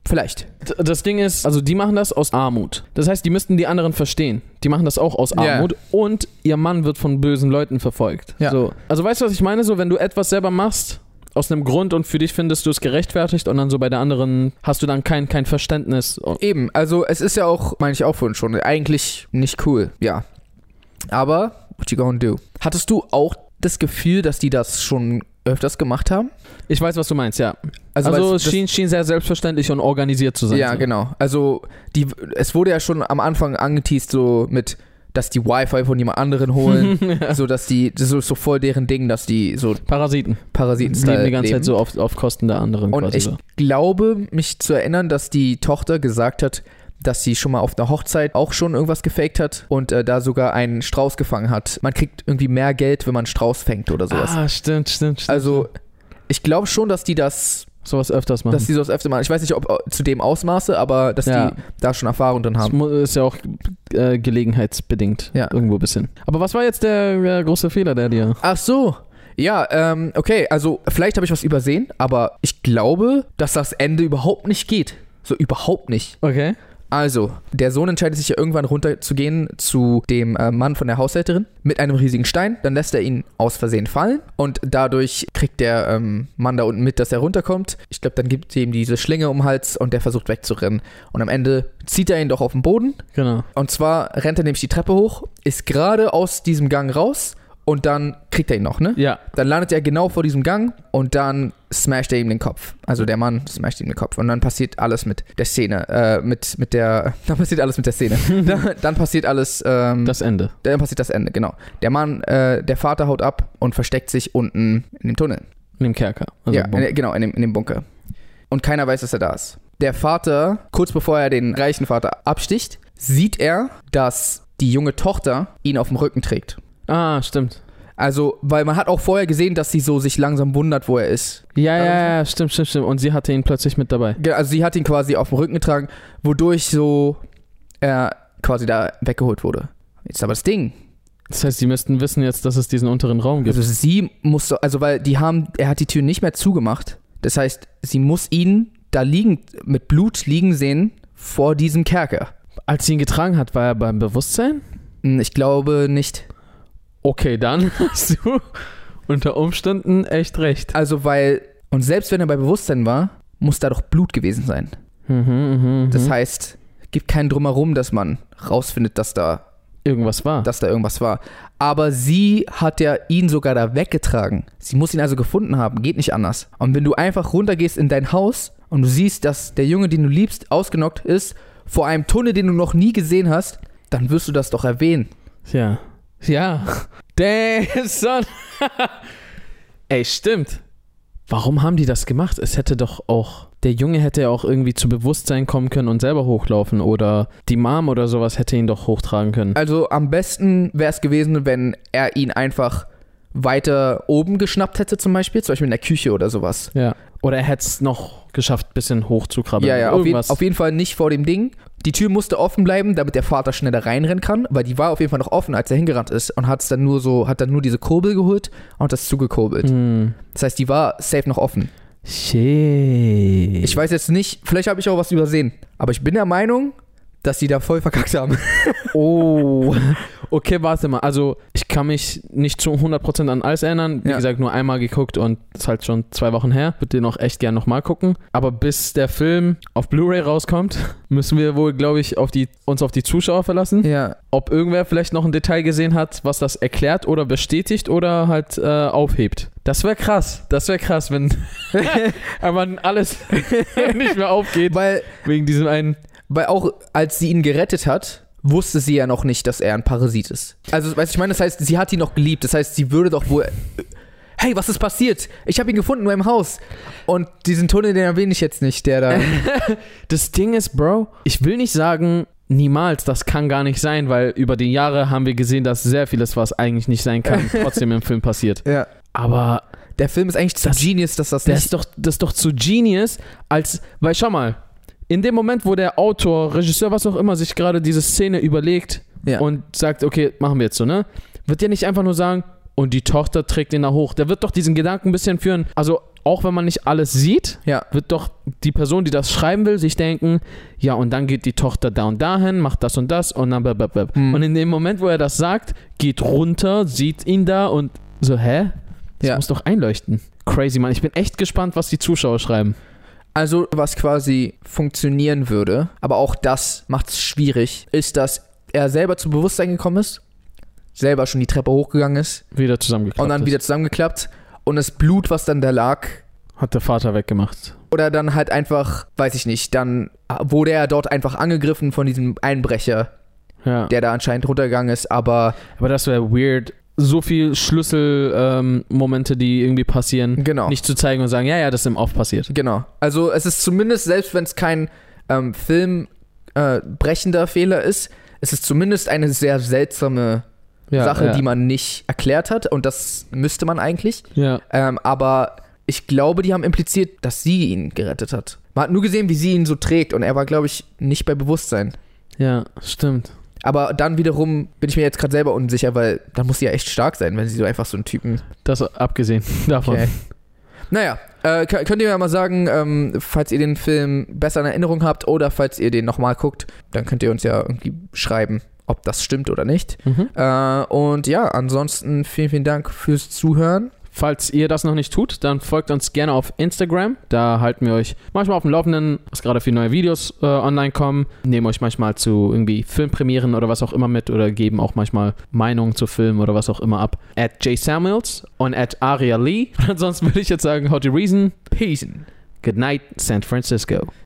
Vielleicht. D- Das Ding ist, also die machen das aus Armut. Das heißt, die müssten die anderen verstehen. Die machen das auch aus Ja. Armut und ihr Mann wird von bösen Leuten verfolgt. Ja. So. Also weißt du, was ich meine? So, wenn du etwas selber machst, aus einem Grund und für dich findest du es gerechtfertigt und dann so bei der anderen hast du dann kein, kein Verständnis. Eben, also es ist ja auch, meine ich auch vorhin schon, eigentlich nicht cool, ja. Aber, what you gonna do? Hattest du auch das Gefühl, dass die das schon öfters gemacht haben? Ich weiß, was du meinst, ja. Also, weil es schien, schien sehr selbstverständlich und organisiert zu sein. Ja, So. genau. Also die, es wurde ja schon am Anfang angeteased, so mit, dass die Wi-Fi von jemand anderen holen, so dass die, das ist so voll deren Ding, dass die so Parasiten. Parasiten Die leben die ganze Zeit so auf, auf Kosten der anderen Und quasi ich so. glaube, mich zu erinnern, dass die Tochter gesagt hat, dass sie schon mal auf einer Hochzeit auch schon irgendwas gefaked hat und äh, da sogar einen Strauß gefangen hat. Man kriegt irgendwie mehr Geld, wenn man einen Strauß fängt oder sowas. Ah, stimmt, stimmt, stimmt. also ich glaube schon, dass die das, sowas öfters machen. dass die sowas öfter machen. Ich weiß nicht, ob äh, zu dem Ausmaße, aber dass Ja. die da schon Erfahrung drin Das haben. mu- ist ja auch äh, gelegenheitsbedingt. Ja. Irgendwo ein bisschen. Aber was war jetzt der, äh, große Fehler, der dir. Ach so. Ja, ähm, okay, also vielleicht habe ich was übersehen, aber ich glaube, dass das Ende überhaupt nicht geht. So überhaupt nicht. Okay. Also, der Sohn entscheidet sich ja irgendwann runterzugehen zu dem äh, Mann von der Haushälterin mit einem riesigen Stein. Dann lässt er ihn aus Versehen fallen und dadurch kriegt der ähm, Mann da unten mit, dass er runterkommt. Ich glaube, dann gibt ihm diese Schlinge um den Hals und der versucht wegzurennen. Und am Ende zieht er ihn doch auf den Boden, Genau. und zwar rennt er nämlich die Treppe hoch, ist gerade aus diesem Gang raus und dann kriegt er ihn noch, ne? Ja. Dann landet er genau vor diesem Gang und dann smasht er ihm den Kopf. Also der Mann smasht ihm den Kopf. Und dann passiert alles mit der Szene. Äh, mit, mit der. Dann passiert alles mit der Szene. dann, dann passiert alles. Ähm, Das Ende. dann passiert das Ende, genau. Der Mann, äh, der Vater haut ab und versteckt sich unten in dem Tunnel In dem Kerker. Also ja, in, genau, in dem, in dem Bunker. Und keiner weiß, dass er da ist. Der Vater, kurz bevor er den reichen Vater absticht, sieht er, dass die junge Tochter ihn auf dem Rücken trägt. ah, stimmt. Also, weil man hat auch vorher gesehen, dass sie so sich langsam wundert, wo er ist. Ja, ja, ja, stimmt, stimmt, stimmt. Und sie hatte ihn plötzlich mit dabei. Ge- Also sie hat ihn quasi auf dem Rücken getragen, wodurch so er quasi da weggeholt wurde. Jetzt aber das Ding. Das heißt, sie müssten wissen jetzt, dass es diesen unteren Raum gibt. Also sie musste, also weil die haben, er hat die Tür nicht mehr zugemacht. Das heißt, sie muss ihn da liegend, mit Blut liegen sehen vor diesem Kerker. Als sie ihn getragen hat, war er beim Bewusstsein? Hm, Ich glaube nicht. Okay, dann hast du unter Umständen echt recht. Also, weil, und selbst wenn er bei Bewusstsein war, muss da doch Blut gewesen sein. Mhm, Das heißt, gibt keinen Drumherum, dass man rausfindet, dass da, Irgendwas war. dass da irgendwas war. Aber sie hat ja ihn sogar da weggetragen. Sie muss ihn also gefunden haben, geht nicht anders. Und wenn du einfach runtergehst in dein Haus und du siehst, dass der Junge, den du liebst, ausgenockt ist, vor einem Tunnel, den du noch nie gesehen hast, dann wirst du das doch erwähnen. Ja. Ja. Der Son. Ey, stimmt. Warum haben die das gemacht? Es hätte doch auch. Der Junge hätte ja auch irgendwie zu Bewusstsein kommen können und selber hochlaufen. Oder die Mom oder sowas hätte ihn doch hochtragen können. Also am besten wäre es gewesen, wenn er ihn einfach weiter oben geschnappt hätte, zum Beispiel, zum Beispiel in der Küche oder sowas. Ja. Oder er hätte es noch geschafft, ein bisschen hochzukrabbeln. Ja, ja, auf, jeden, Irgendwas. auf jeden Fall nicht vor dem Ding. Die Tür musste offen bleiben, damit der Vater schneller reinrennen kann, weil die war auf jeden Fall noch offen, als er hingerannt ist und hat dann nur so, hat dann nur diese Kurbel geholt und das zugekurbelt. Hm. Das heißt, die war safe noch offen. Shit. Ich weiß jetzt nicht, vielleicht habe ich auch was übersehen, aber ich bin der Meinung, dass die da voll verkackt haben. Oh. Okay, warte mal. Also, ich kann mich nicht zu 100% an alles erinnern. Wie Ja. gesagt, nur einmal geguckt und ist halt schon zwei Wochen her. Würde den auch echt gern nochmal gucken. Aber bis der Film auf Blu-ray rauskommt, müssen wir wohl, glaube ich, auf die, uns auf die Zuschauer verlassen. Ja, Ob irgendwer vielleicht noch ein Detail gesehen hat, was das erklärt oder bestätigt oder halt äh, aufhebt. Das wäre krass. Das wäre krass, wenn aber alles nicht mehr aufgeht weil, wegen diesem einen. weil auch als sie ihn gerettet hat, wusste sie ja noch nicht, dass er ein Parasit ist. Also, weißt du, ich meine, das heißt, sie hat ihn noch geliebt. Das heißt, sie würde doch wohl. äh, Hey, was ist passiert? Ich habe ihn gefunden, nur im Haus. Und diesen Tunnel, den erwähne ich jetzt nicht, der da. Das Ding ist, Bro, ich will nicht sagen, niemals, das kann gar nicht sein, weil über die Jahre haben wir gesehen, dass sehr vieles, was eigentlich nicht sein kann, trotzdem im Film passiert. Ja. Aber Der Film ist eigentlich zu Das- genius, dass das das nicht. ist, doch, das ist doch zu genius, als, weil schau mal, in dem Moment, wo der Autor, Regisseur, was auch immer, sich gerade diese Szene überlegt Ja. und sagt, okay, machen wir jetzt so, ne? Wird der nicht einfach nur sagen, und die Tochter trägt ihn da hoch. Der wird doch diesen Gedanken ein bisschen führen. Also, auch wenn man nicht alles sieht, Ja. wird doch die Person, die das schreiben will, sich denken, ja, und dann geht die Tochter da und dahin, macht das und das und dann blub, blub, blub. Hm. Und in dem Moment, wo er das sagt, geht runter, sieht ihn da und so, hä? Das Ja. muss doch einleuchten. Crazy, Mann. Ich bin echt gespannt, was die Zuschauer schreiben. Also, was quasi funktionieren würde, aber auch das macht es schwierig, ist, dass er selber zu Bewusstsein gekommen ist, selber schon die Treppe hochgegangen ist Wieder zusammengeklappt. und dann ist. wieder zusammengeklappt und das Blut, was dann da lag, Hat der Vater weggemacht. oder dann halt einfach, weiß ich nicht, dann wurde er dort einfach angegriffen von diesem Einbrecher, Ja. der da anscheinend runtergegangen ist, aber Aber das wäre weird. So viel Schlüsselmomente, ähm, Momente, die irgendwie passieren, genau. nicht zu zeigen und sagen, ja, ja, das ist im Off passiert. Genau. Also es ist zumindest, selbst wenn es kein ähm, filmbrechender Fehler ist, es ist zumindest eine sehr seltsame Ja, Sache, ja. die man nicht erklärt hat und das müsste man eigentlich. Ja. Ähm, aber ich glaube, die haben impliziert, dass sie ihn gerettet hat. Man hat nur gesehen, wie sie ihn so trägt und er war, glaube ich, nicht bei Bewusstsein. ja, stimmt. Aber dann wiederum bin ich mir jetzt gerade selber unsicher, weil dann muss sie ja echt stark sein, wenn sie so einfach so einen Typen Das abgesehen davon. Okay. Naja, äh, kö- könnt ihr mir mal sagen, ähm, falls ihr den Film besser in Erinnerung habt oder falls ihr den nochmal guckt, dann könnt ihr uns ja irgendwie schreiben, ob das stimmt oder nicht. Mhm. Äh, und ja, ansonsten vielen, vielen Dank fürs Zuhören. Falls ihr das noch nicht tut, dann folgt uns gerne auf Instagram. Da halten wir euch manchmal auf dem Laufenden, was gerade für neue Videos äh, online kommen. Nehmen euch manchmal zu irgendwie Filmpremieren oder was auch immer mit oder geben auch manchmal Meinungen zu Filmen oder was auch immer ab. At J Samuels und at Aria Lee. Ansonsten würde ich jetzt sagen, how to reason. Peace. Good night, San Francisco.